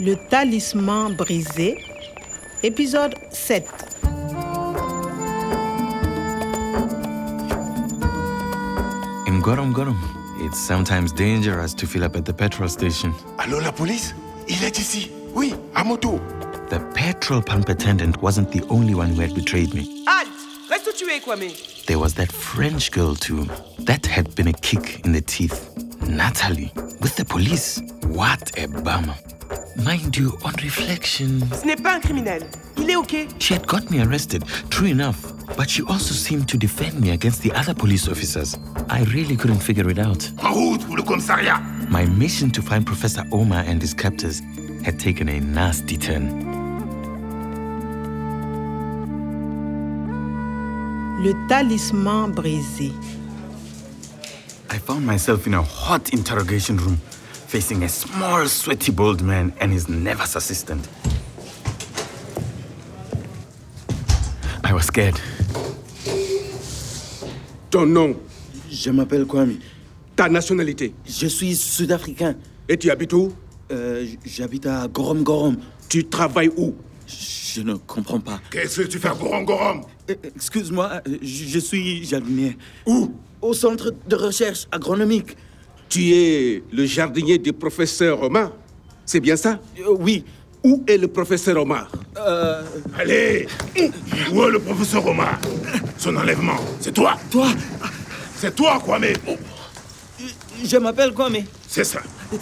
Le talisman brisé, épisode 7. In Gorom Gorom, it's sometimes dangerous to fill up at the petrol station. Allô la police Il est ici Oui, à moto The petrol pump attendant wasn't the only one who had betrayed me. Halt Reste où tu es, Kwame. There was that French girl, too. That had been a kick in the teeth. Natalie, with the police. What a bummer. Mind you, on reflection, Ce n'est pas un criminel. Il est OK. she had got me arrested, true enough. But she also seemed to defend me against the other police officers. I really couldn't figure it out. En route pour le commissariat My mission to find Professor Omar and his captors had taken a nasty turn. Le talisman brisé. I found myself in a hot interrogation room, facing a small, sweaty, bald man and his nervous assistant. I was scared. Ton nom, Je m'appelle Kwame. ta nationalité. Je suis sud-africain. Et tu habites où Euh, j- J'habite à Gorom Gorom. Tu travailles où Je ne comprends pas. Qu'est-ce que tu fais à Gorongorom Euh, Excuse-moi, euh, je, je suis jardinier. Où Au centre de recherche agronomique. Tu es le jardinier du professeur Omar. C'est bien ça Euh, oui. Euh, Où est le professeur Omar Allez Où est le professeur Omar Son enlèvement, c'est toi Toi, Euh, C'est toi, Kwame Oh, je m'appelle Kwame. C'est ça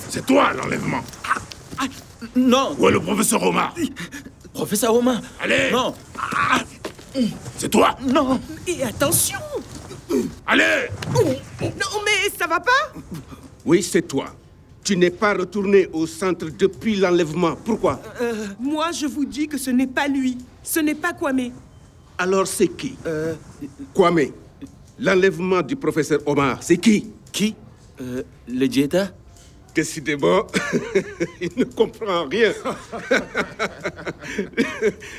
C'est toi, l'enlèvement Ah, Non, Où est le professeur Omar professeur Omar. Allez Non, C'est toi non. Et attention Allez Non, mais ça va pas Oui, c'est toi. Tu n'es pas retourné au centre depuis l'enlèvement. Pourquoi Moi, je vous dis que ce n'est pas lui. Ce n'est pas Kwame. Alors c'est qui Euh, Kwame, l'enlèvement du professeur Omar, c'est qui Qui Euh, Le diéta Décidément, il ne comprend rien.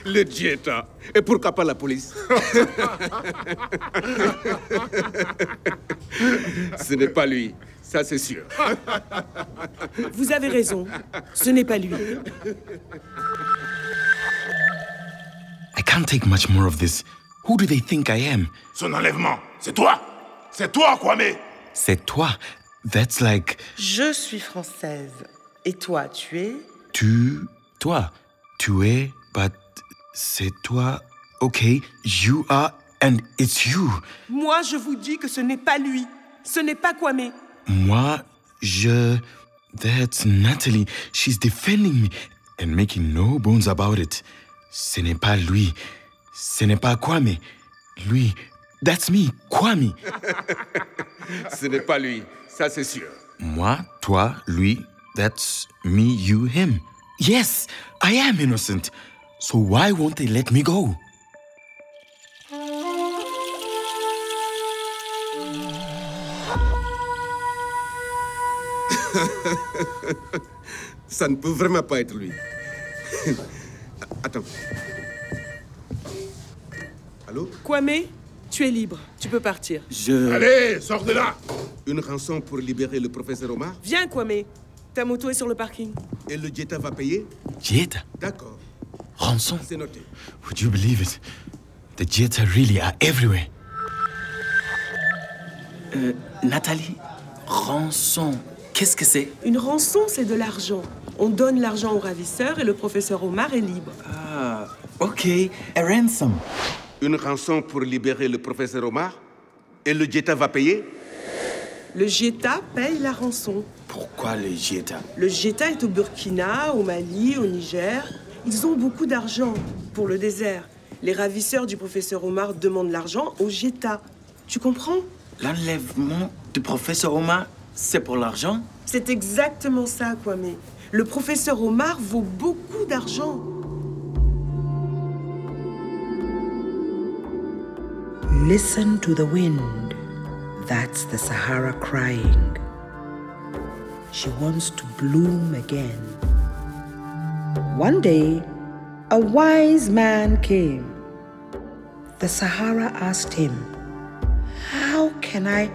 le diéta. Et pourquoi pas la police Ce n'est pas lui, ça c'est sûr. Vous avez raison. Ce n'est pas lui. I can't take much more of this. Who do they think I am? Son enlèvement, c'est toi C'est toi, Kwame C'est toi. That's like Je suis française. Et toi, tu es tu, toi. Tu es, but c'est toi. Okay, you are, and it's you. Moi, je vous dis que ce n'est pas lui. Ce n'est pas Kwame. Moi, je. That's Natalie. She's defending me and making no bones about it. Ce n'est pas lui. Ce n'est pas Kwame. Lui. That's me, Kwame. Ce n'est pas lui, ça c'est sûr. Moi, toi, lui, that's me, you, him. Yes, I am innocent. So why won't they let me go? Ça ne peut vraiment pas être lui. Attends. Allô Kwame, tu es libre. Tu peux partir. Je. Allez, sors de là Une rançon pour libérer le professeur Omar Viens, Kwame. Ta moto est sur le parking. et le diéta va payer Jeta, D'accord, ransom. c'est noté. Would you believe it? The Jeta really are everywhere. Nathalie Rançon. Qu'est-ce que c'est Une rançon, c'est de l'argent. On donne l'argent au ravisseur et le professeur Omar est libre. Ah, Ok, a ransom. Une rançon pour libérer le professeur Omar et le diéta va payer Le Geta paye la rançon. Pourquoi le diéta Le Geta est au Burkina, au Mali, au Niger. Ils ont beaucoup d'argent pour le désert. Les ravisseurs du professeur Omar demandent l'argent au Geta. Tu comprends L'enlèvement du professeur Omar, c'est pour l'argent C'est exactement ça, Kwame. Le professeur Omar vaut beaucoup d'argent. Listen to the wind. That's the Sahara crying. She wants to bloom again. One day, a wise man came. The Sahara asked him, How can I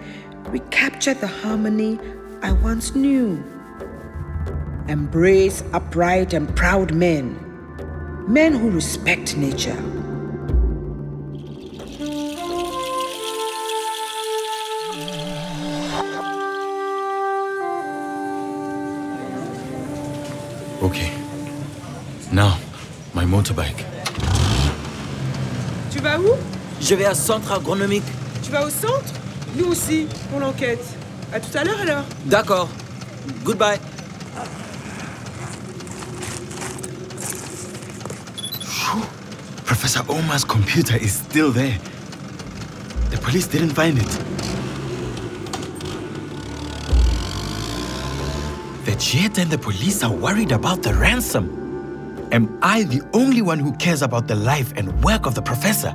recapture the harmony I once knew? Embrace upright and proud men, men who respect nature. Okay. Now, my motorbike. Tu vas où Je vais à centre agronomique. Tu vas au centre Nous aussi, pour l'enquête. À tout à l'heure alors. D'accord. Goodbye. Professor Omar's computer is still there. The police didn't find it. The jet and the police are worried about the ransom. Am I the only one who cares about the life and work of the professor?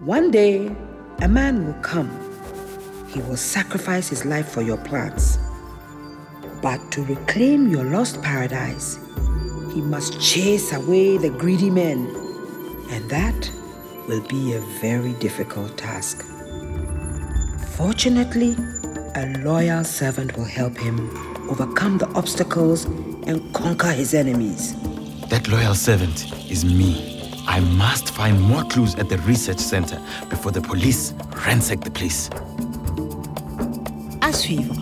One day, a man will come. He will sacrifice his life for your plans. But to reclaim your lost paradise, he must chase away the greedy men. And that will be a very difficult task. Fortunately, a loyal servant will help him overcome the obstacles and conquer his enemies. That loyal servant is me. I must find more clues at the research center before the police ransack the place. À suivre.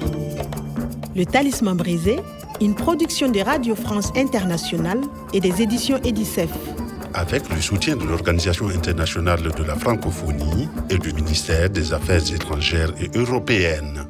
Le Talisman brisé, une production de Radio France Internationale et des éditions Edicef. avec le soutien de l'Organisation internationale de la francophonie et du ministère des Affaires étrangères et européennes.